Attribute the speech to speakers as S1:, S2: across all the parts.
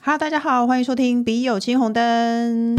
S1: Hello，大家好，欢迎收听《笔友青红灯》。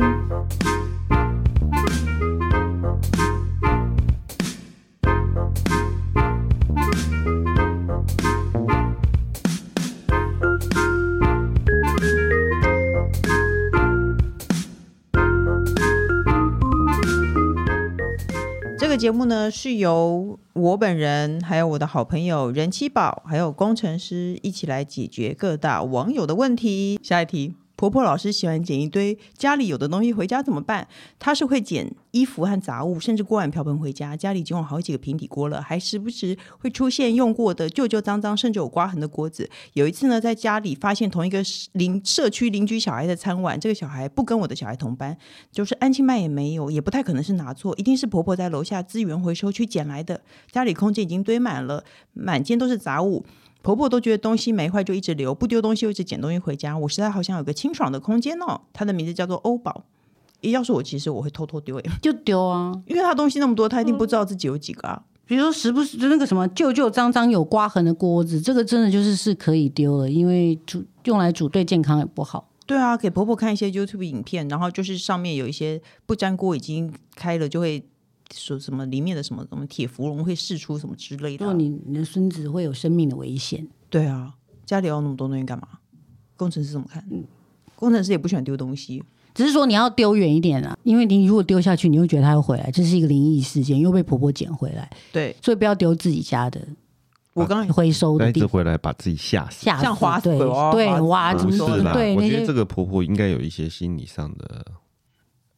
S1: 这个节目呢，是由我本人、还有我的好朋友任七宝，还有工程师一起来解决各大网友的问题。下一题，
S2: 婆婆老是喜欢捡一堆家里有的东西回家怎么办？她是会捡衣服和杂物，甚至锅碗瓢盆回家。家里已经有好几个平底锅了，还时不时会出现用过的旧旧脏脏，甚至有刮痕的锅子。有一次呢，在家里发现同一个邻社区邻居小孩的餐碗，这个小孩不跟我的小孩同班，就是安亲班也没有，也不太可能是拿错，一定是婆婆在楼下资源回收区捡来的。家里空间已经堆满了，满间都是杂物。婆婆都觉得东西没坏就一直留，不丢东西就一直捡东西回家。我实在好想有个清爽的空间哦。她的名字叫做欧宝。诶要是我，其实我会偷偷丢诶，
S3: 就丢啊。
S2: 因为她东西那么多，她一定不知道自己有几个啊。
S3: 比如说时不时就那个什么旧旧脏脏有刮痕的锅子，这个真的就是是可以丢了，因为煮用来煮对健康也不好。
S2: 对啊，给婆婆看一些 YouTube 影片，然后就是上面有一些不粘锅已经开了，就会说什么里面的什么什么铁芙蓉会试出什么之类
S3: 如
S2: 的
S3: 果
S2: 啊。
S3: 你你的孙子会有生命的危险，
S2: 对啊，家里要那么多东西干嘛？工程师怎么看？
S4: 嗯
S2: 工程师也不喜欢丢东西，
S3: 只是说你要丢远一点啊，因为你如果丢下去，你会觉得它会回来，这是一个灵异事件，又被婆婆捡回来，
S2: 对
S3: 所以不要丢自己家的
S2: 我刚
S4: 啊
S2: 刚
S3: 回收
S4: 她
S3: 的
S4: 一
S3: 地
S4: 直
S3: 方。
S4: 回来把自己吓死。
S3: 吓死
S2: 像花
S3: 对
S2: 花花
S3: 对哇，啊怎么
S4: 不是
S3: 说
S4: 啦，
S3: 对
S4: 我
S3: 那
S4: 觉得
S3: 些
S4: 这个婆婆应该有一些心理上的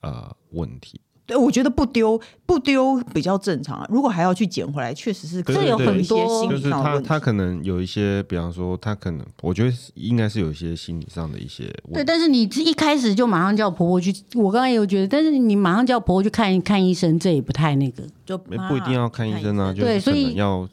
S4: 呃问题。
S2: 对，我觉得不丢不丢比较正常啊。如果还要去捡回来，确实是可
S4: 这
S2: 能
S4: 有
S2: 有
S4: 很
S2: 一些
S3: 多
S2: 心
S4: 就
S2: 理
S4: 是
S2: 上的
S4: 她
S2: 问题。
S4: 她可能有一些，比方说她可能，我觉得是应该是有一些心理上的一些
S3: 对，
S4: 问题。
S3: 但是你一开始就马上叫婆婆去，我刚刚也有觉得，但是你马上叫婆婆去看看医生，这也不太那个。
S2: 就
S4: 没哎不一定要看医生啊，就
S3: 对
S4: 是可
S3: 所以
S4: 能要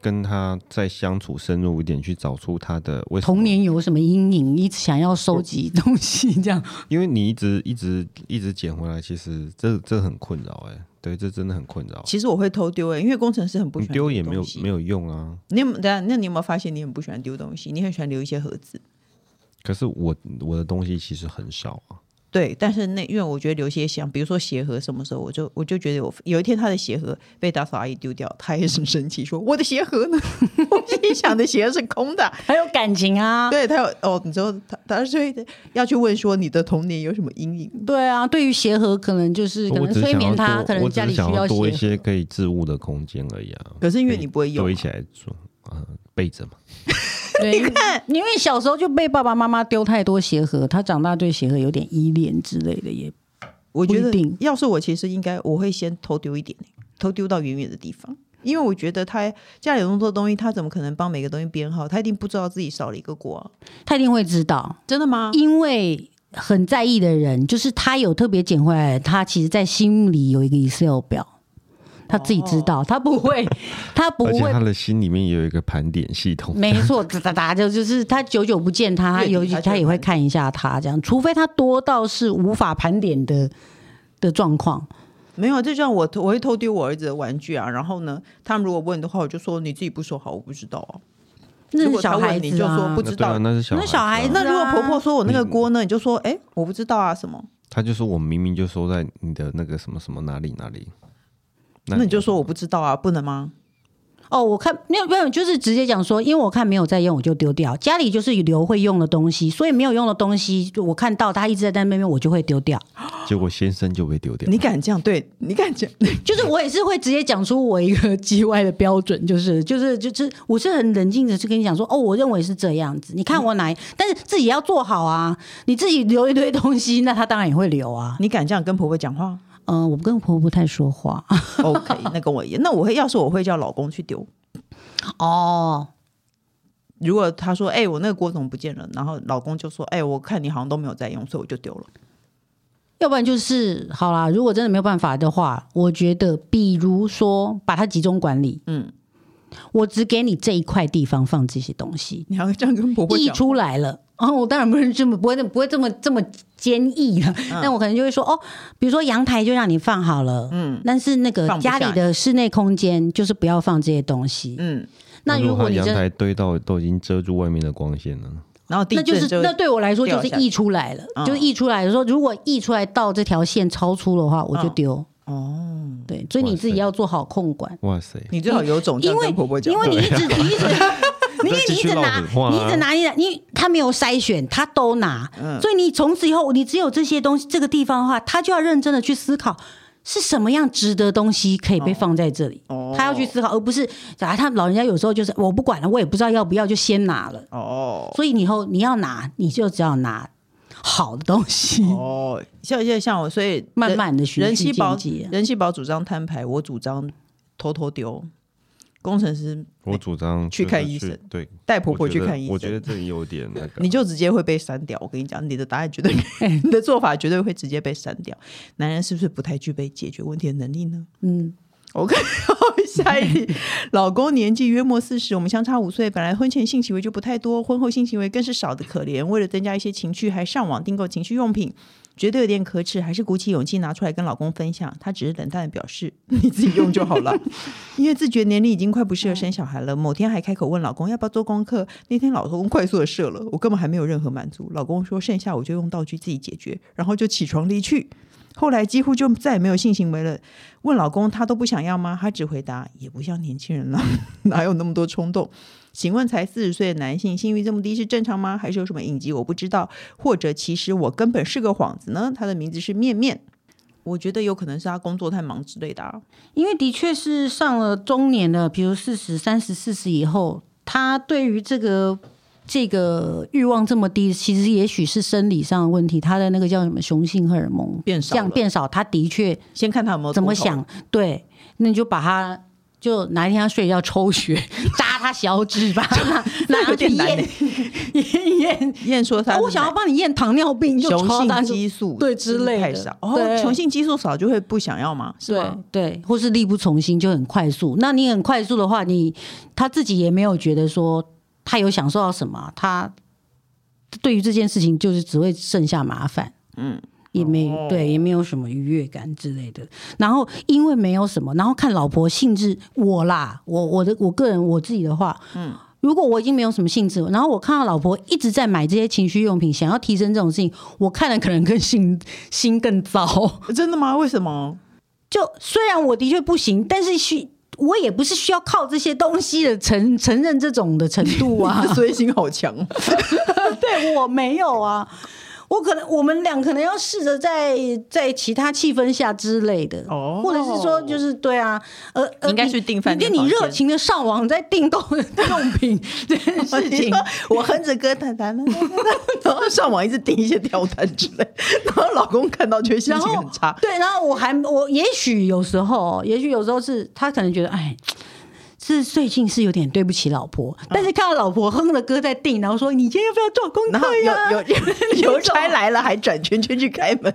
S4: 跟她再相处深入一点，去找出她的为什么
S3: 童年有什么阴影，一直想要收集东西，这样
S4: 因为你一直一直一直捡回来，其实这这很困扰哎、对，这真的很困扰。
S2: 其实我会偷丢诶、欸因为工程师很不
S4: 你
S2: 喜欢
S4: 丢也没有没
S2: 有。
S4: 有用啊。
S2: 你有没有等一下，那你有没有发现你很不喜欢丢东西？你很喜欢留一些盒子。
S4: 可是我我的东西其实很少啊，
S2: 对，但是那因为我觉得留一些像，比如说鞋盒，什么时候我就我就觉得有有一天他的鞋盒被打扫阿姨丢掉，他也很生气，说我的鞋盒呢？ 我心里想的鞋盒是空的，
S3: 还有感情啊。
S2: 对他有哦，你知道他他所以要去问说你的童年有什么阴影？
S3: 对啊，对于鞋盒，可能就是可
S4: 我
S3: 能
S4: 只是
S3: 催
S4: 想要
S3: 眠他，
S4: 多
S3: 可能
S4: 我只
S3: 家
S4: 是
S3: 里需
S4: 想要
S3: 要
S4: 多一
S3: 鞋。
S4: 些可以置物的空间而已啊。
S2: 可是因为你不会用
S4: 堆
S2: 啊，
S4: 起来做啊，备着嘛。
S3: 对，你看，因为小时候就被爸爸妈妈丢太多鞋盒，他长大对鞋盒有点依恋之类的，也
S2: 我觉
S3: 不一
S2: 得
S3: 定
S2: 要是我，其实应该我会先偷丢一点、偷丢到远远的地方，因为我觉得他家里有那么多东西，他怎么可能帮每个东西编号？他一定不知道自己少了一个锅、啊，
S3: 他一定会知道，
S2: 真的吗？
S3: 因为。很在意的人，就是他有特别捡回来，他其实在心里有一个 Excel 表，他自己知道，他不会， 他不
S4: 而且
S3: 会
S4: 他的心里面也有一个盘点系统。
S3: 没错，哒哒哒，就就是他久久不见他，他
S2: 月底
S3: 有
S2: 他就会
S3: 他也会
S2: 盘点
S3: 看一下他这样，除非他多到是无法盘点的的状况。
S2: 没有，就像我我会偷丢我儿子的玩具啊，然后呢，他们如果问的话，我就说你自己不收好，我不知道啊。
S3: 那
S2: 如
S3: 是
S2: 果他
S3: 小孩
S2: 问
S3: 子、
S2: 你
S3: 啊、
S2: 就说不
S4: 那
S2: 知
S4: 对
S2: 道，
S4: 啊，那是小
S3: 那小
S4: 孩
S3: 孩
S4: 子
S3: 子
S4: 啊
S2: 那如果婆婆说我那个锅
S3: 嗯
S2: 呢，你就说哎我不知道啊什么，
S4: 他就说我明明就收在你的那个什么什么哪里哪里，
S2: 那你就说我不知道啊，不能吗？
S3: 哦，我看没有没有，就是直接讲说，因为我看没有在用，我就丢掉。家里就是留会用的东西，所以没有用的东西，我看到他一直在那边，我就会丢掉。
S4: 结果先生就被丢
S3: 啊
S4: 掉。
S2: 你敢这样？对你敢这样？
S3: 就是我也是会直接讲出我一个 叽歪的标准，就是就是就是，我是很冷静的去跟你讲说，哦，我认为是这样子，你看我哪一，但是自己要做好啊，你自己留一堆东西，那他当然也会留啊。
S2: 你敢这样跟婆婆讲话
S3: 嗯、我不跟婆婆不太说话。
S2: ？OK，那 跟我一样。那我会要是我会叫老公去丢。
S3: 哦，
S2: 如果他说：“哎、我那个锅怎么不见了？”然后老公就说：“哎、我看你好像都没有在用，所以我就丢了。
S3: 要不然就是好啦，如果真的没有办法的话，我觉得比如说把它集中管理，
S2: 嗯
S3: 嗯，我只给你这一块地方放这些东西”，
S2: 你要这样跟婆婆
S3: 溢
S2: 讲，
S3: 出来了。哦，我当然不是这么不会不会这么这么坚毅了，
S2: 嗯
S3: 那、我可能就会说哦，比如说阳台就让你放好了，嗯，但是那个
S2: 放不下
S3: 家里的室内空间就是不要放这些东西。
S2: 嗯，
S3: 那如
S4: 他
S3: 果你
S4: 阳
S3: 真的
S4: 台堆到都已经遮住外面的光线了，
S2: 然后地
S3: 那
S2: 震
S3: 就是那对我来说就是
S2: 掉下来
S3: 溢出来了，
S2: 嗯
S3: 就是溢出来的时候，如果溢出来到这条线超出的话，我就丢。
S2: 嗯哦，
S3: 对，所以你
S4: 哇
S3: 自己
S4: 塞
S3: 要做好控管，
S4: 哇塞，
S2: 你最好有种这样
S3: 因为
S2: 跟婆婆讲，
S3: 因为你一 直你一直。因为
S4: 再
S3: 你
S4: 继
S3: 一
S4: 续
S3: 直
S4: 唠
S3: 拿，
S4: 狠话啊
S3: 你一直拿，你一直拿你他没有筛选，他都拿，
S2: 嗯
S3: 所以你从此以后，你只有这些东西，这个地方的话，他就要认真的去思考是什么样值得东西可以被放在这里，
S2: 哦
S3: 他要去思考，而不是啊，他老人家有时候就是我不管了，我也不知道要不要，就先拿了。
S2: 哦
S3: 所以你以后你要拿，你就只要拿好的东西，
S2: 哦，像像像我，所以人
S3: 嗯慢慢的循
S2: 人
S3: 序
S2: 气宝
S3: 渐进啊。
S2: 人气宝主张摊牌，我主张偷偷丢，工程师
S4: 我主张
S2: 去
S4: 就是
S2: 看医生
S4: 对，
S2: 带婆婆
S4: 我觉
S2: 去
S4: 得
S2: 看医生，
S4: 我觉得这里有点那个，
S2: 你就直接会被删掉。我跟你讲，你的答案绝对， 你的做法绝对会直接被删掉。男人是不是不太具备解决问题的能力呢？
S3: 嗯，
S2: 我看下一题，老公年纪约莫四十，我们相差五岁，本来婚前性行为就不太多，婚后性行为更是少的可怜。为了增加一些情趣，还上网订购情趣用品，觉得有点可耻，还是鼓起勇气拿出来跟老公分享。他只是冷淡的表示：“ 你自己用就好了。”因为自觉年龄已经快不适合生小孩了，某天还开口问老公要不要做功课。那天老公快速的射了，我根本还没有任何满足。老公说：“剩下我就用道具自己解决。”然后就起床离去。后来几乎就再也没有性行为了。问老公他都不想要吗？他只回答也不像年轻人了， 哪有那么多冲动？请问才四十岁的男性性欲这么低是正常吗？还是有什么隐疾我不知道？或者其实我根本是个幌子呢？他的名字是面面，我觉得有可能是他工作太忙之类的啊。
S3: 因为的确是上了中年的，比如四十、三十、四十以后，他对于这个这个欲望这么低，其实也许是生理上的问题，他的那个叫什么雄性荷尔蒙
S2: 变少
S3: 这样
S2: 了
S3: 变少，他的确
S2: 先看他有没有
S3: 怎么
S2: 秃头，
S3: 想，对，那你就把他。就哪一天他睡觉抽血， 扎他小指 吧，拿
S2: 有
S3: 拿去
S2: 点难
S3: 验 验验。
S2: 验说 他
S3: 啊
S2: 是
S3: 我想要帮你验糖尿病，就
S2: 雄
S3: 抽到
S2: 性
S3: 他
S2: 激素
S3: 对之类的
S2: 太少哦，
S3: 对
S2: 雄性激素少就会不想要嘛，是
S3: 对
S2: 吗？
S3: 对，或是力不从心就很快速。那你很快速的话，你他自己也没有觉得说他有享受到什么，他对于这件事情就是只会剩下麻烦，
S2: 嗯，
S3: 也没、
S2: 哦
S3: 对，也没有什么愉悦感之类的。然后因为没有什么，然后看老婆兴致，我啦，我我的我个人我自己的话，嗯。如果我已经没有什么兴致，然后我看到老婆一直在买这些情绪用品，想要提升这种事情，我看了可能更心心更糟。
S2: 真的吗？为什 么？
S3: 就虽然我的确不行，但是需我也不是需要靠这些东西的承承认这种的程度 啊。
S2: 随性好强，
S3: 对我没有啊，我可能我们俩可能要试着在在其他气氛下之类的，
S2: 哦
S3: 或者是说就是对啊，呃，呃
S2: 应该
S3: 你
S2: 去订饭店
S3: 你
S2: 房间
S3: 热情的上网在订购 用 品这件事
S2: 你
S3: 情
S2: 说， 我哼着歌弹弹， 然后上网一直订一些跳单之类，然后老公看到就会心
S3: 然
S2: 情
S3: 后
S2: 很差。
S3: 对，然后我还我也许有时候哦，也许有时候是他可能觉得，哎，是最近是有点对不起老婆，但是看到老婆哼着歌在定，然后说你今天要不要做功
S2: 然后
S3: 课呀？
S2: 有有邮差来了，还转圈圈去开门，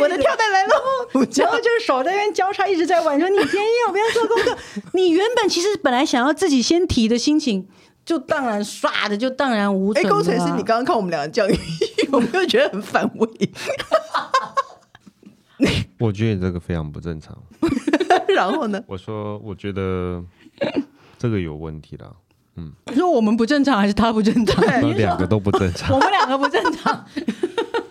S2: 我的跳蛋来了，我这
S3: 然
S2: 样
S3: 后就是手在那边交叉一直在玩，说你今天要不要做功课？你原本其实本来想要自己先提的心情，就荡然唰的就荡然无
S2: 哎，
S3: 存了啊。
S2: 工程师，你刚刚看我们俩这样， 有没有觉得很反胃？
S4: 我觉得你这个非常不正常。
S2: 然后呢？
S4: 我说，我觉得这个有问题啦，
S3: 说我们不正常还是他不正 常？
S4: 那两个都不正 常。
S3: 我们两个不正常，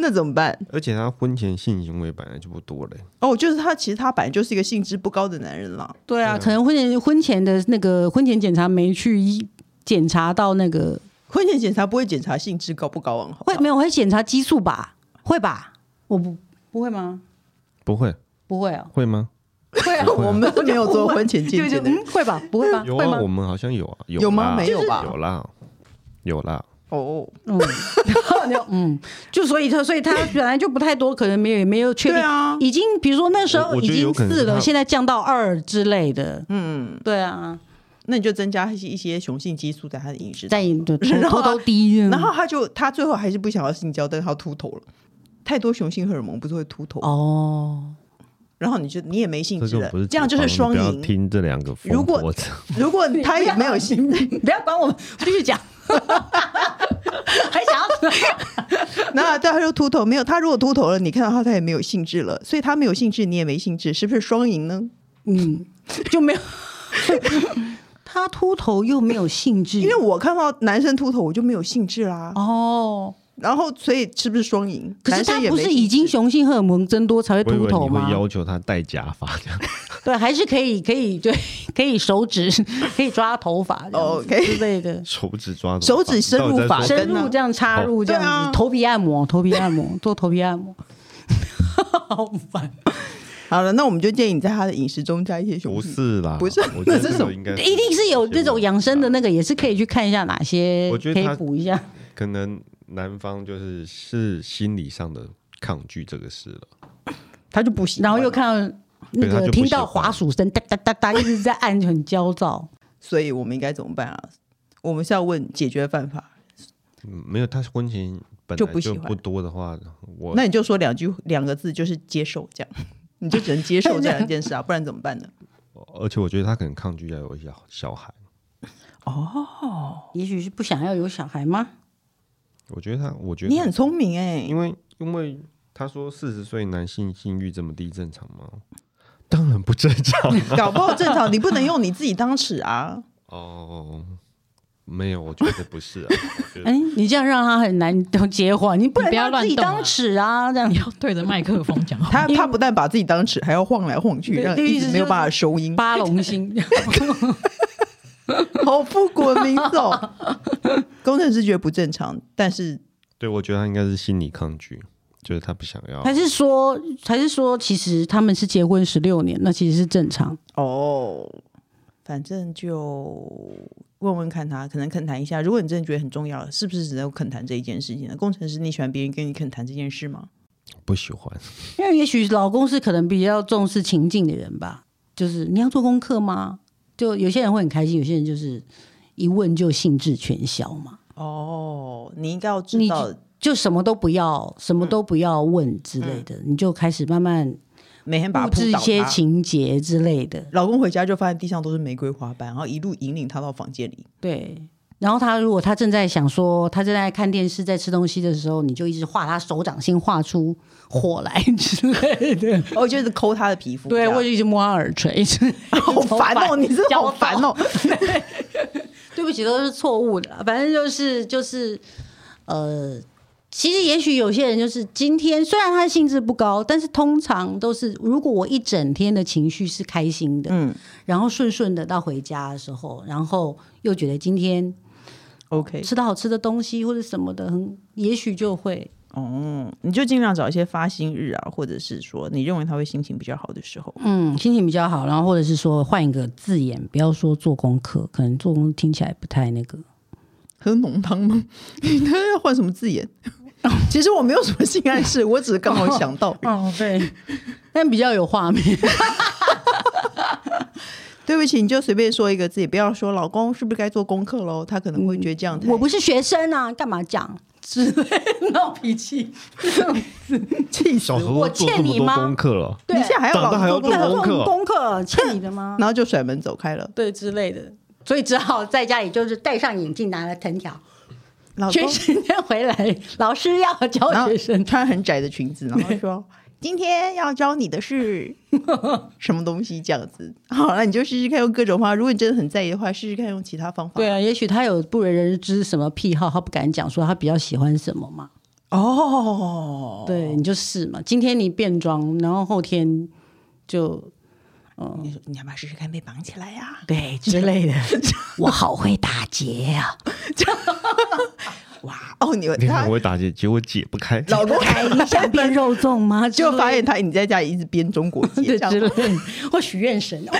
S2: 那怎么办？
S4: 而且他婚前性行为本来就不多嘞，
S2: 哦，就是他，其实他本来就是一个兴致不高的男人啦。
S3: 对啊，可能婚前婚前的那个婚前检查没去医检查到那个
S2: 婚前检查不会检查兴致高不高昂，好吧
S3: 会没有会检查激素吧？会吧？我不不会吗？
S4: 不会
S3: 不会哦，
S4: 会吗？
S3: 会啊，
S2: 我们是没有做婚前
S3: 就
S2: 健
S3: 就
S2: 检的人
S3: 嗯会吧？不会吧？
S4: 有
S3: 会
S4: 啊，
S3: 吗
S4: 我？们好像有啊，有
S2: 有吗
S4: 啦
S2: 没有吧
S4: 有啦，有啦。
S2: 哦。
S3: 嗯，嗯，就所以他所以 他本来就不太多，可能没有也没有确定
S2: 对啊
S3: 已经比如说那时
S4: 我
S3: 候
S4: 我
S3: 已
S4: 觉得有
S3: 经
S4: 可能
S3: 四
S4: 是
S3: 了，
S4: 他
S3: 现在降到二之类的，嗯，对啊，
S2: 那你就增加一些一些雄性激素在他的饮食，
S3: 在嗯偷
S2: 然后
S3: 偷
S2: 啊
S3: 偷低，
S2: 然后他就他最后还是不想要性交，但是他秃头了。太多雄性荷尔蒙不是会秃头，
S3: 哦，
S2: 然后你就你也没兴
S4: 这
S2: 致
S4: 就
S2: 了
S4: 不是，
S2: 这样就是
S4: 脂肪
S2: 双
S4: 你不要
S2: 赢。
S4: 听这两个疯
S2: 如果
S4: 婆子，
S2: 如果他也没有兴，
S3: 你 不要管我们，继续讲， 还想要
S2: 那对他就秃头没有，他如果秃头了，你看到他他也没有兴致了，所以他没有
S3: 嗯
S2: 兴致，你也没兴致，是不是双赢呢？
S3: 嗯，就没有。 他秃头又没有兴致，
S2: 因为我看到男生秃头，我就没有兴致啦。
S3: 哦，
S2: 然后，所以是不是双赢？
S3: 可是
S2: 男
S3: 他
S2: 生也
S3: 不
S2: 没
S3: 是
S2: 兴
S3: 已经
S2: 致
S3: 雄性荷尔蒙增多才会
S4: 我以
S3: 秃
S4: 为
S3: 头
S4: 你
S3: 吗
S4: 会？要求他戴假发 这样，
S3: 对，还是可以，可以，对，可以手指 可以抓头发这
S4: 哦
S3: 样子
S2: OK
S3: 之类的，
S4: 手指抓
S2: 手指深入法
S4: 身。
S2: 根
S3: 深入这样插入这样子，
S2: 对啊
S3: 头皮按摩，头皮按摩， 做头皮按摩，好烦。
S2: 好了？那我们就建议你在他的饮食中加一些
S4: 不
S2: 雄性。
S4: 是啦，
S2: 不是
S4: 我觉
S2: 那
S4: 得
S2: 是
S4: 这
S2: 什
S4: 个
S2: 么
S4: 应该
S3: 一定是有这种养生的那个，也是可以去看一下哪些，
S4: 我觉
S3: 可
S4: 得
S3: 以
S4: 他
S3: 补一下。
S4: 可能男方就是是心理上的抗拒这个事了，
S2: 他就不喜
S3: 然后又
S2: 看，
S3: 看到那
S4: 对他就
S3: 个
S4: 不
S3: 听
S4: 喜
S3: 到
S4: 欢
S3: 滑鼠声哒哒哒哒一直在按，很焦躁。
S2: 所以我们应该怎么办啊？我们是要问解决办法，
S4: 嗯没有他婚前本
S2: 就
S4: 来
S2: 不喜
S4: 就
S2: 欢
S4: 不多的话，我
S2: 那你就说两句两个字，就是接受这样， 你就只能接受这两件事啊，不然怎么办呢？
S4: 而且我觉得他可能抗拒要有一些小孩，
S3: 也许是不想要有小孩吗？
S4: 我觉得他，我觉得
S2: 你
S4: 他
S2: 很聪明哎、
S4: 因为因为他说四十岁男性性欲这么低正常吗？当然不 正常
S2: 搞不好正常，你不能用你自己当尺 啊。
S4: 哦，没有，我觉得不是啊，我 觉
S3: 哎、
S4: 得
S3: 你这样让他很难接话，你不能
S5: 你不要
S3: 让他自己
S5: 乱动啊
S3: 当尺啊，这样
S5: 你。要对着麦克风讲话，
S2: 他他不但把自己当尺，还要晃来晃去，
S3: 对
S2: 让
S3: 对
S2: 一
S3: 意思
S2: 直
S3: 就
S2: 没有办法
S3: 是
S2: 收音，
S3: 八 龙星，
S2: 好不国民哦。 工程师觉得不正常，但是
S4: 对，我觉得他应该是心理抗拒，就是他不想
S2: 哦
S4: 要
S3: 还。是说，还是说，其实他们是结婚十六年，那其实是正常。
S2: 哦，反正就问问看他，可能恳谈一下。如果你真的觉得很重要，是不是只能恳谈这一件事情呢？工程师，你喜欢别人跟你恳谈这件事吗？
S4: 不喜欢，
S3: 因为也许老公是可能比较重视情境的人吧，就是你要做功课吗？就有些人会很开心，有些人就是一问就兴致全消嘛，
S2: 哦，你应该要知
S3: 你
S2: 道
S3: 就什么都不要，什么都不要问之类的，你就开始慢慢
S2: 每嗯天把
S3: 布
S2: 他扑
S3: 置一
S2: 倒
S3: 些
S2: 他。
S3: 情节之类的。
S2: 老公回家就发现地上都是玫瑰花瓣，然后一路引领他到房间里。
S3: 对。然后他如果他正在想说，他正在看电视、在吃东西的时候，你就一直画他手掌心画出火 来之类的，
S2: 哦，就是抠他的皮肤，
S3: 对，
S2: 这样
S3: 或者一直摸他耳垂，
S2: 好烦 哦，你真的好烦哦。
S3: 对不起，都是错误的啦。反正就是就是呃，其实也许有些人就是今天虽然他的兴致不高，但是通常都是如果我一整天的情绪是开心的，
S2: 嗯
S3: 然后顺顺的到回家的时候，然后又觉得今天
S2: ，OK，
S3: 吃到好吃的东西或者什么的，很也许就会。
S2: 哦，你就尽量找一些发薪日啊，或者是说你认为他会心情比较好的时候。
S3: 嗯，心情比较好，然后或者是说换一个字眼，不要说做功课，可能做功课听起来不太那个。
S2: 喝浓汤吗？ 你他要换什么字眼？ 其实我没有什么性暗 示，我只是刚好想到。
S3: 哦，对， 但比较有画面。
S2: 对不起，你就随便说一个字，也不要说老公是不是该做功课喽？他可能会觉得这样太，
S3: 我不是学生啊，干嘛讲？之类闹脾 气，
S2: 气死
S4: 小时
S2: 我！
S4: 候
S3: 我
S4: 做
S3: 欠
S4: 这么
S3: 你
S4: 多
S3: 吗
S4: 功课了，
S2: 你现在还要
S4: 长大还
S2: 老
S4: 要
S2: 公做
S4: 做
S2: 功
S4: 功
S2: 课，啊
S4: 课，
S3: 功课欠你的吗？
S2: 然后就甩门走开了。
S3: 对之类的，所以只好在家里就是戴上眼镜，拿了藤条，
S2: 老
S3: 全
S2: 公，
S3: 时间回来，老师要
S2: 然
S3: 教
S2: 后
S3: 学生。
S2: 穿很窄的裙子，然后说。今天要教你的 是什么东西？这样子，好了，你就试试看用各种方法。如果你真的很在意的话，试试看用其他方法。
S3: 对啊，也许他有不为人知什么癖好，他不敢讲，说他比较喜欢什么嘛。
S2: 哦，
S3: 对，你就试嘛。今天你变装，然后后天就
S2: 你说你要不要试试看被绑起来呀、
S3: 对之类的。 我好会打结啊呀、
S2: 哇哦，你
S4: 你
S2: 他
S4: 很会打结，结果解不开。
S2: 老 公
S3: 哎，你想变肉粽 吗？
S2: 就发现
S3: 他
S2: 他你在家里一直编中国结
S3: 对
S2: 这
S3: 之
S2: 样
S3: 类的， 或许愿 神，哦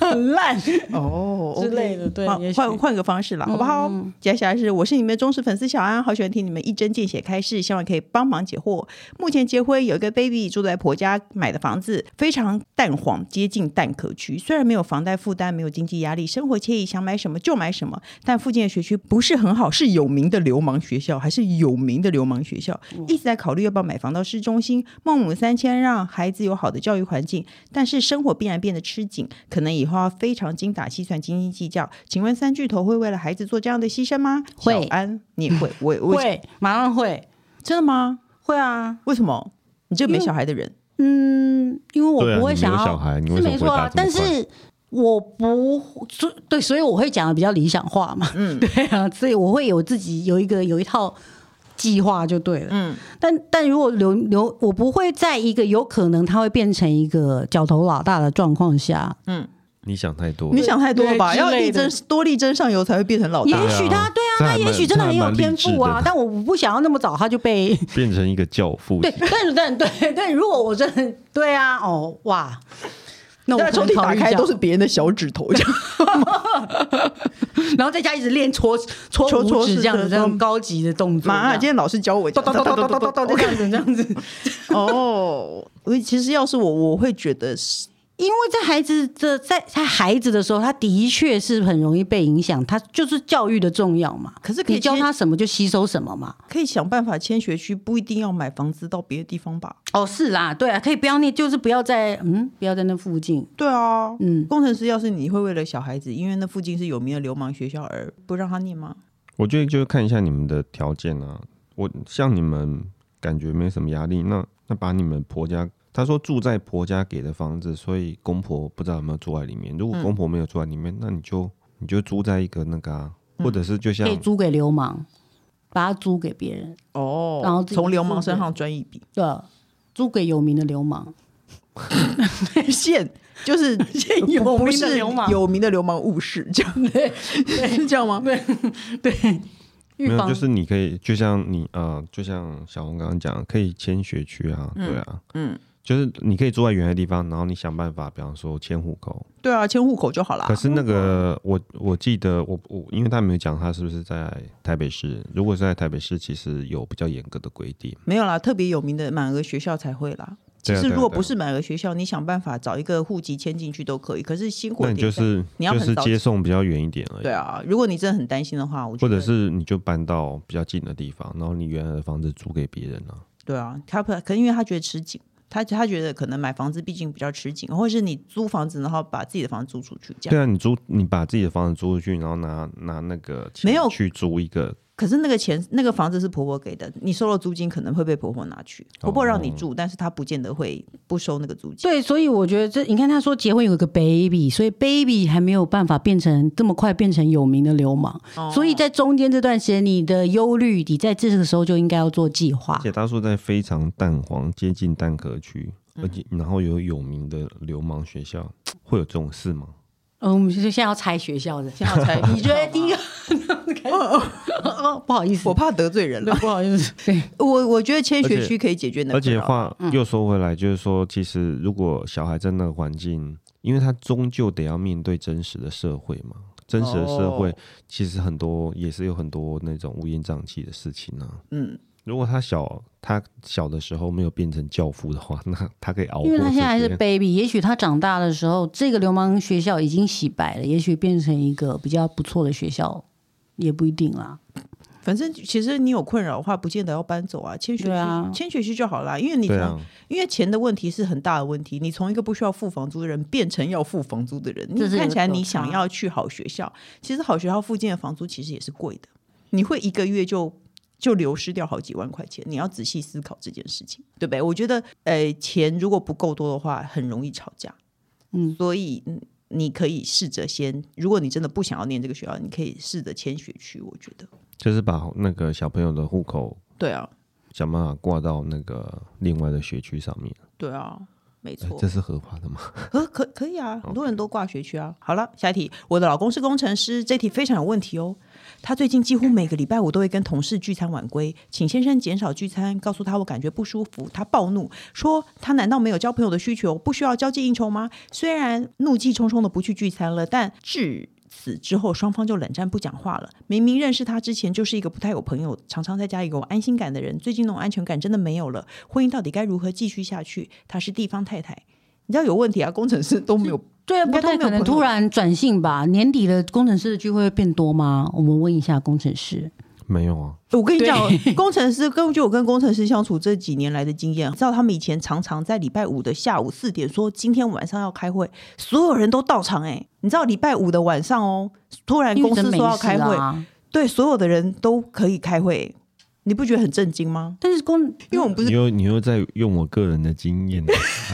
S3: 很烂。
S2: 哦
S3: 之类的对
S2: 换
S3: 也许嗯
S2: 换换个方式了，好不好？接下来是我是你们的忠实粉丝小安，好喜欢听你们一针见血开示，希望可以帮忙解惑。目前结婚，有一个 baby 住在婆家买的房子，非常淡黄，接近蛋壳区。虽然没有房贷负担，没有经济压力，生活惬意，想买什么就买什么。但附近的学区不是很好，是有名的流氓学校，还是有名的流氓学校，一直在考虑要不要买房到市中心。孟母三迁，让孩子有好的教育环境，但是生活必然变得吃紧，可能以后要非常精打细算、斤斤计较。请问三巨头会为了孩子做这样的牺牲吗？
S3: 会
S2: 小安，你也 会，我也我
S3: 会，马上会，
S2: 真的吗？
S3: 会啊，
S2: 为什么？你这个没小孩的人，
S3: 嗯，因为我
S4: 对啊
S3: 不会
S4: 你没有
S3: 想要，
S4: 小孩你为
S3: 是
S4: 什么
S3: 没
S4: 会
S3: 错啊
S4: 打这
S3: 但
S4: 么，快
S3: 是我不所对，所以我会讲的比较理想化嘛，嗯， 对啊，所以我会有自己有一个有一套计划就对了，嗯，但但如果留留，我不会在一个有可能它会变成一个角头老大的状况下，
S4: 哦你想太多
S2: 你
S4: 了，
S2: 想太多了吧？
S3: 对之
S2: 要力
S3: 类的
S2: 争多力争上游才会变成老
S3: 也
S2: 大。
S3: 许他对啊，
S4: 这还
S3: 他也
S4: 蛮
S3: 许真的
S4: 这还
S3: 很有
S4: 蛮
S3: 天
S4: 励志
S3: 赋啊
S4: 的，
S3: 但我不想要那么早他就被
S4: 变成一个教父。
S3: 对，但是但对对，如果我真的对啊，哦哇，那我
S2: 那
S3: 可
S2: 抽
S3: 能
S2: 屉
S3: 考
S2: 打
S3: 虑一
S2: 开
S3: 下
S2: 都是，别人的小指头， 这样
S3: 然后在家一直练搓搓
S2: 搓搓
S3: 拇指
S2: 是
S3: 这样子，
S2: 的
S3: 这种高级的动作这样。
S2: 妈，今天老师教我
S3: 咚
S2: 讲
S3: 咚咚咚咚咚咚咚这样子这样子，
S2: 哦，我其实要是我，我会觉得是
S3: 因为在孩子的在他孩子的时候，他的确是很容易被影响，他就是教育的重要嘛。
S2: 可是可以
S3: 你教
S2: 先
S3: 他什么就吸收什么嘛。
S2: 可以想办法迁学区，不一定要买房子到别的地方吧？
S3: 哦，是啦，对啊，可以不要念，就是不要在嗯，不要在那附近。
S2: 对啊，
S3: 嗯
S2: 工程师要是你会为了小孩子，因为那附近是有名的流氓学校而不让他念吗？
S4: 我觉得就是看一下你们的条件啊。我像你们感觉没什么压力，那那把你们婆家，她说住在婆家给的房子，所以公婆不知道有没有住在里面。
S3: 嗯
S4: 如果公婆没有住在里面，那你就你就租在一个那个啊，或者是就
S3: 嗯
S4: 像
S3: 可以租给流氓，把它租给别人，
S2: 哦，
S3: 然后自己
S2: 从流氓身上赚一笔
S3: 对啊，租给有名的流氓。
S2: 现就是 现
S3: 有名的
S2: 不是
S3: 流氓
S2: 有名的流氓误事，这样 是这样吗？
S3: 预
S4: 没有，
S3: 防
S4: 就是你可以，就像你呃，就像小红刚刚讲，可以迁学区啊，对啊，嗯，就是你可以住在原来地方，然后你想办法，比方说迁户口。
S2: 对啊，迁户口就好啦
S4: 可。是那个我我记得我我，因为他没有讲他是不是在台北市，如果是在台北市，其实有比较严格的规定。
S2: 没有啦，特别有名的满额学校才会啦。其
S4: 对啊
S2: 实
S4: 对啊
S2: 如果
S4: 对啊
S2: 不是满额学校，你想办法找一个户籍迁进去都可以。可是辛苦
S4: 那
S2: 一
S4: 你
S2: 点
S4: 就
S2: 在，
S4: 是
S2: 你要
S4: 就
S2: 很
S4: 是
S2: 早
S4: 接送比较远一点而已，
S2: 对啊。如果你真的很担心的话，我觉
S4: 或
S2: 得
S4: 者是你就搬到比较近的地方，然后你原来的房子租给别人了、
S2: 对啊，他不可能因为他觉得吃紧，他他觉得可能买房子毕竟比较吃紧，或者是你租房子然后把自己的房子租出去这
S4: 对
S2: 样。
S4: 啊，你租你把自己的房子租出去，然后拿拿那个钱
S2: 没有
S4: 去租一个
S2: 可是那个钱那个房子是婆婆给的，你收了租金可能会被婆婆拿去，
S4: 哦
S2: 婆婆让你住，但是她不见得会不收那个租金。
S3: 对，所以我觉得这，你看他说结婚有一个 baby，所以 baby 还没有办法变成这么快变成有名的流氓，
S2: 哦
S3: 所以在中间这段时间，你的忧虑，你在这个时候就应该要做计划
S2: 啊
S4: 而。且他说在非常蛋黄接近蛋壳区，而且然后有有名的流氓学校，会有这种事吗？
S3: 嗯，我们就现在要拆学校的，
S2: 现在 才
S3: 你觉得第一个？哦不好意 思
S2: 我，怕得罪人
S3: 对
S2: 了，
S3: 不好意思，对，
S2: 我我觉得迁
S4: 而
S2: 学
S4: 且
S2: 区可以解决那个
S4: 而且
S2: 困扰
S4: 话又说回来，就是说，其实如果小孩在那个环境，因为他终究得要面对真实的社会嘛，真实的社会
S2: 哦
S4: 其实很多也是有很多那种乌烟瘴气的事情啊。
S2: 嗯，
S4: 如果他小他小的时候没有变成教父的话，那他可以熬过
S3: 因
S4: 这
S3: 为他现在还是
S4: 些
S3: baby，也许他长大的时候，这个流氓学校已经洗白了，也许变成一个比较不错的学校，也不一定啦。
S2: 反正其实你有困扰的话，不见得要搬走啊，迁学区
S3: 对啊
S2: 迁学区就好啦，因为你
S4: 对
S2: 从
S4: 啊，
S2: 因为钱的问题是很大的问题，你从一个不需要付房租的人变成要付房租的人，你
S3: 这是有
S2: 看起来
S3: 有
S2: 你
S3: 差
S2: 想要去好学校，其实好学校附近的房租其实也是贵的，你会一个月就就流失掉好几万块钱，你要仔细思考这件事情，对不对？我觉得，呃，钱如果不够多的话，很容易吵架，
S3: 嗯，
S2: 所以嗯你可以试着先，如果你真的不想要念这个学校，你可以试着迁学区，我觉得，
S4: 就是把那个小朋友的户口
S2: 对啊，
S4: 想办法挂到那个另外的学区上面，
S2: 对啊，没
S4: 哎
S2: 错，
S4: 这是合法的吗？
S2: 可可可以啊，很多人都挂学区啊。好了，下一题，我的老公是工程师，这题非常有问题哦。他最近几乎每个礼拜我都会跟同事聚餐晚归，请先生减少聚餐，告诉他我感觉不舒服。他暴怒说：“他难道没有交朋友的需求，不需要交际应酬吗？”虽然怒气冲冲的不去聚餐了，但至此之后双方就冷战不讲话了。明明认识他之前就是一个不太有朋友，常常在家里给我安心感的人，最近那种安全感真的没有了。婚姻到底该如何继续下去？她是地方太太。你知道有问题啊，工程师都没有。
S3: 对，啊
S2: 应该
S3: 不
S2: 都没
S3: 太
S2: 有
S3: 可能
S2: 朋友
S3: 突然转性吧？年底的工程师的聚会会变多吗？我们问一下工程师。
S4: 没有啊，
S2: 我跟你讲， 工程师根据我跟工程师相处这几年来的经验，知道他们以前常常在礼拜五的下午四点说今天晚上要开会，所有人都到场、欸。哎，你知道礼拜五的晚上哦，突然
S3: 因为
S2: 公司
S3: 真没
S2: 说要开
S3: 事
S2: 会，
S3: 啊，
S2: 对，所有的人都可以开会。你不觉得很震惊吗？
S3: 但是公
S2: 因为我们不
S3: 嗯
S4: 你
S2: 是
S4: 又你又在用我个人的经验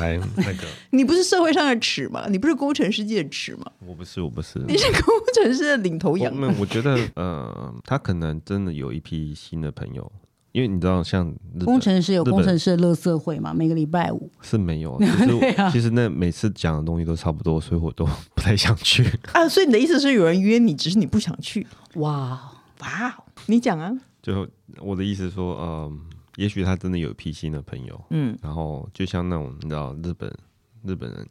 S4: 来那个，
S2: 你不是社会上的尺嘛，你不是工程师界的尺 嘛，
S4: 我不是我不是，
S2: 你是工程师的领头
S4: 我
S2: 羊。
S4: 们我觉得呃，他可能真的有一批新的朋友，因为你知道像日
S3: 工
S4: 本
S3: 程师有
S4: 日本
S3: 工程师的乐色会嘛，每个礼拜五。
S4: 是没 有，其
S3: 啊
S4: 实我其实那每次讲的东西都差不多，所以我都不太想去。
S2: 啊，所以你的意思是有人约你，只是你不想去？
S3: 哇，
S2: 哇哦，你讲啊，
S4: 就我的意思说，嗯，也许他真的有一批新的朋友，
S2: 嗯，
S4: 然后就像那种你知道日本日本人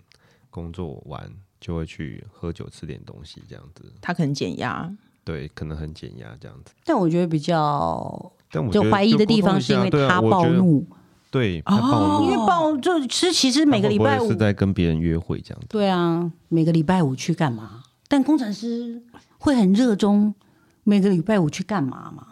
S4: 工作完就会去喝酒吃点东西这样子，
S2: 他可能减压，啊
S4: 对，可能很减压这样子。
S3: 但我觉得比较
S4: 但我
S3: 就
S4: 觉得
S3: 怀疑的地
S4: 沟
S3: 方
S4: 通一
S3: 是
S4: 下
S3: 因为
S4: 对啊
S3: 他
S4: 我觉
S3: 暴
S4: 得
S3: 怒，哦
S4: 对他暴
S3: 因
S4: 怒，
S3: 为暴就是其实每个礼
S4: 他
S3: 拜
S4: 会不
S3: 五
S4: 会是在跟别人约会这样子。
S3: 对啊，每个礼拜五去干嘛？但工程师会很热衷每个礼拜五去干嘛嘛？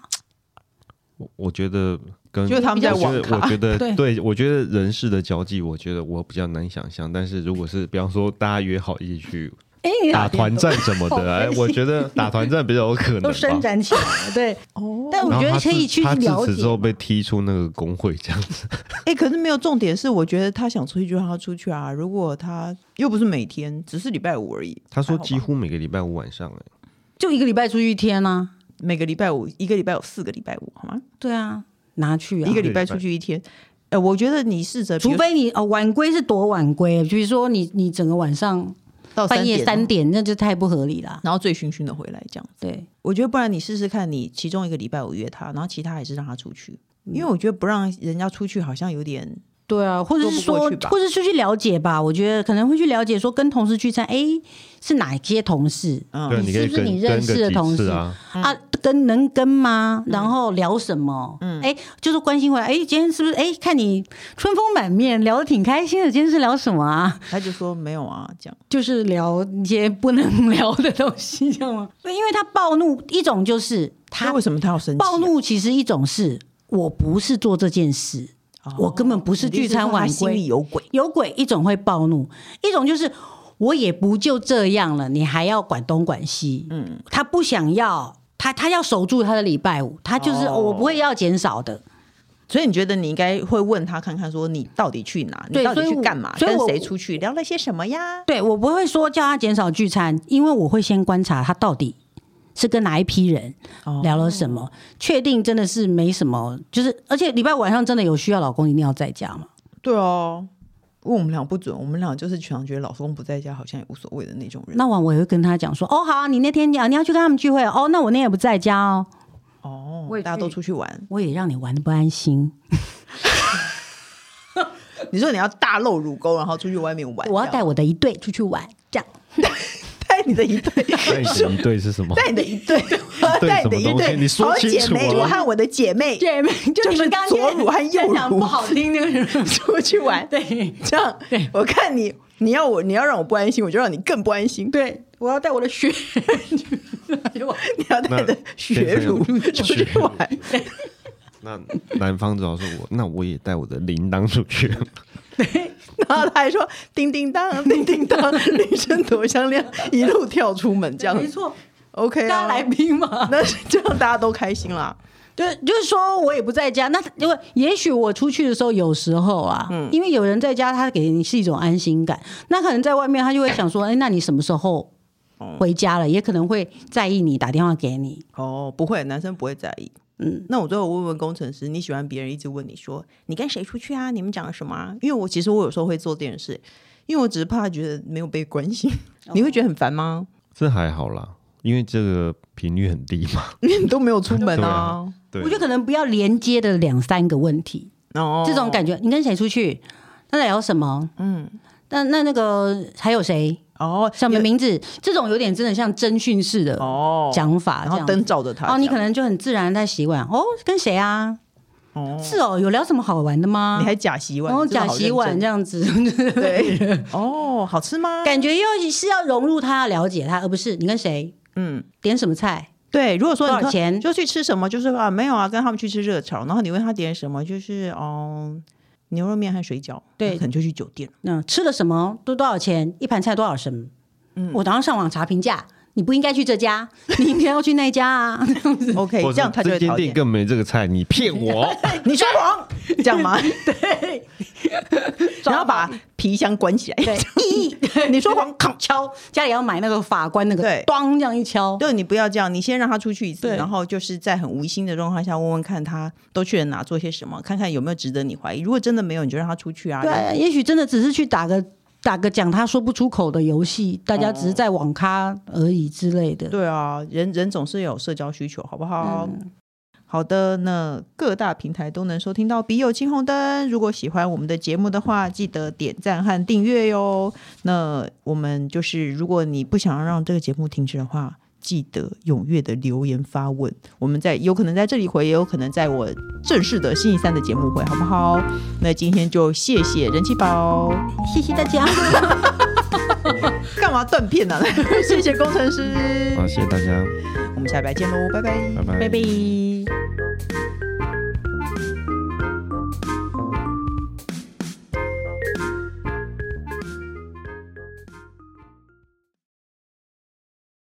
S4: 我我觉得跟
S2: 就是他们在
S4: 我觉
S2: 网
S4: 得，我
S2: 咖。
S4: 觉 得，
S3: 对
S4: 对我觉得人事的交际，我觉得我比较难想象。但是如果是比方说大家约好一起去
S3: 哎、你
S4: 打团战什 么
S3: 好
S4: 的，哎，我觉得打团战比较有可能吧。
S3: 都伸展起来了， 对。
S2: 哦
S3: 但我
S4: 然后
S3: 觉得
S4: 他
S3: 可以
S4: 自
S3: 去
S4: 他
S3: 了
S4: 自
S3: 解
S4: 此之后被踢出那个工会这样子，
S2: 哎、可是没有重点是，我觉得他想出去就让他出去啊。如果他又不是每天，只是礼拜五而已。
S4: 他
S2: 还好
S4: 说
S2: 吧
S4: 几乎每个礼拜五晚上，哎，
S3: 就一个礼拜出去一天啊，
S2: 每个礼拜五，一个礼拜有四个礼拜五，好吗？
S3: 对啊，拿去啊
S2: 一。个
S4: 礼
S2: 礼拜
S4: 拜
S2: 出去一天。呃，我觉得你试着，比
S3: 除
S2: 如说
S3: 非你哦晚归是多晚归，比如说你你整个晚上
S2: 到
S3: 半夜三
S2: 哦三点，哦
S3: 点，那就太不合理啦。
S2: 然后醉醺醺的回来这样。
S3: 对，
S2: 我觉得不然你试试看，你其中一个礼拜五约他，然后其他还是让他出去，因为我觉得不让人家出去好像有点
S3: 对啊，或者
S2: 说
S3: 是
S2: 不
S3: 说
S2: 过去，吧
S3: 或者是去了解吧。我觉得可能会去了解，说跟同事聚餐，哎，是哪些同事、
S2: 嗯
S4: 对啊，
S3: 你
S4: 你可
S3: 哦
S4: 以
S3: 是不是
S4: 跟
S3: 你
S4: 跟
S3: 认识的
S4: 个
S3: 同
S4: 几次
S3: 事
S4: 啊，
S3: 啊？跟能跟吗？
S2: 嗯
S3: 然后聊什么？嗯，哎，就是关心回来，哎，今天是不是？哎，看你春风满面，聊得挺开心的。今天是聊什么啊？
S2: 他就说没有啊，这样
S3: 就是聊一些不能 聊的东西，这样吗？对，因为他暴怒，一种就是
S2: 他
S3: 他
S2: 为什么他要生气？啊
S3: 暴，怒，其实一种是我不是做这件事，我根本不是聚餐晚
S2: 哦你的意思是说他心
S3: 归
S2: 里有鬼。
S3: 有鬼；一种会暴怒，一种就是我也不就这样了，你还要管东管西。嗯，他不想要，他他要守住他的礼拜五，他就是、
S2: 哦
S3: 哦我不会要减少的。
S2: 所以你觉得你应该会问他看看，说你到底去哪？你
S3: 对
S2: 到底
S3: 所以
S2: 去
S3: 我
S2: 干嘛？
S3: 所以
S2: 跟
S3: 我
S2: 谁出去？聊了些什么呀？
S3: 对我不会说叫他减少聚餐，因为我会先观察他到底是跟哪一批人
S2: 哦
S3: 聊了什么，确定真的是没什么，就是而且礼拜五晚上真的有需要，老公一定要在家嘛。
S2: 对哦，问我们俩不准，我们俩就是常觉得老公不在家好像也无所谓的那种人。
S3: 那晚我也会跟他讲说，哦，好啊、你那天你要你要去跟他们聚会哦，那我那天也不在家哦，
S2: 哦
S3: 我，也
S2: 大家
S3: 去
S2: 都出去玩，
S3: 我也让你玩的不安心，
S2: 你说你要大露乳沟，然后出去外面玩，
S3: 我要
S2: 这
S3: 带
S2: 样
S3: 我的一队出去玩，这样
S2: 带你的一对，
S4: 在 行对是 什么？
S2: 带你的一对，我要
S4: 对
S2: 带你的
S4: 什么
S2: 一
S4: 东西
S2: 对，
S4: 你说
S2: 好
S4: 清
S2: 姐
S4: 楚
S2: 妹，
S4: 啊
S2: 我和我的姐妹
S3: 对，
S2: 就
S3: 就
S2: 是
S3: 你们刚
S2: 左乳和右
S3: 讲
S2: 乳
S3: 不好听那个人，
S2: 出去玩，
S3: 对
S2: 这样，我看你，你要我，你要让我不安心，我就让你更不安心。
S3: 对，我要带我的血去去玩。
S2: 你要带着学乳出去玩，
S4: 那男方只好说我，那我也带我的铃铛出去，
S2: 然后他还说叮叮当，叮叮当，女生多香亮，一路跳出门这样
S3: 没错，
S2: ，OK
S3: 大家
S2: 啊，
S3: 来宾嘛。
S2: 那这样大家都开心啦。
S3: 对，就是说我也不在家，那因为也许我出去的时候，有时候啊，
S2: 嗯
S3: 因为有人在家，他给你是一种安心感。那可能在外面，他就会想说，哎，那你什么时候
S2: 嗯
S3: 回家了？也可能会在意你，打电话给你。
S2: 哦，不会，男生不会在意。嗯，那我最后问问工程师，你喜欢别人一直问你说你跟谁出去啊？你们讲了什么、啊？因为我其实我有时候会做这件事，因为我只是怕觉得没有被关心。
S3: 哦
S2: 你会觉得很烦吗？
S4: 这还好啦，因为这个频率很低嘛。
S2: 因为你都没有出门
S4: 对
S2: 啊
S4: 啊。对
S3: 我觉得可能不要连接的两三个问题，
S2: 哦，
S3: 这种感觉，你跟谁出去？那在聊什么？嗯，那那那个还有谁？
S2: 哦，
S3: 什么名字？这种有点真的像侦讯式的
S2: 哦，
S3: 讲法，
S2: 然
S3: 这
S2: 后
S3: 样
S2: 灯照着他
S3: 哦，你
S2: 这
S3: 可
S2: 样
S3: 能就很自然在洗碗哦，跟谁啊？
S2: 哦
S3: 是哦，有聊什么好玩的吗？
S2: 你还假洗碗，
S3: 然后
S2: 你真的
S3: 哦假
S2: 好
S3: 洗碗
S2: 认
S3: 这
S2: 真
S3: 样子，
S2: 对，哦，好吃吗？
S3: 感觉要是要融入他，了解他，而不是你跟谁
S2: 嗯，
S3: 点什么菜。
S2: 对，如果说你
S3: 多少
S2: 说
S3: 钱
S2: 就去吃什么，就是啊没有啊，跟他们去吃热炒，然后你问他点什么，就是哦牛肉面和水饺，
S3: 对
S2: 那可能就去 酒店了。
S3: 嗯
S2: 嗯
S3: 那吃了什么？都多少钱？一盘菜多少什么？我然后上网查评价，你不应该去这家， 你应该要去那家 啊。
S2: OK，
S4: 或者
S2: 这样他就
S4: 这
S2: 会
S4: 间
S2: 讨
S4: 店
S2: 厌。
S4: 更没这个菜，你骗 我，
S2: 哎你说 谎，这样吗？ 对，然后把皮箱关起 来。
S3: 对，你说 狂敲敲，家里要买那个法官那个
S2: 对，
S3: 咚这样一敲，
S2: 对，你不要这样，你先让他出去一次，
S3: 对
S2: 然后就是在很无心的状况下问问看他都去了哪，做些什么，看看有没有值得你怀疑。如果真的没有，你就让他出去啊。
S3: 对啊，也许真的只是去打个打个讲他说不出口的游戏，大家只是在网咖而已之类的。
S2: 对啊，人人总是有社交需求，好不
S3: 嗯
S2: 好？好的，那各大平台都能收听到《笔友青红灯》。如果喜欢我们的节目的话，记得点赞和订阅哟。那我们就是，如果你不想让这个节目停止的话，记得踊跃的留言发问。我们在有可能在这里回，也有可能在我正式的星期三的节目回，好不好？那今天就谢谢人气宝，
S3: 谢谢大家，
S2: 干嘛断片呢、谢谢工程师，
S4: 好，谢谢大家，
S2: 我们下礼拜见喽，拜拜
S4: 拜拜，
S3: 拜拜。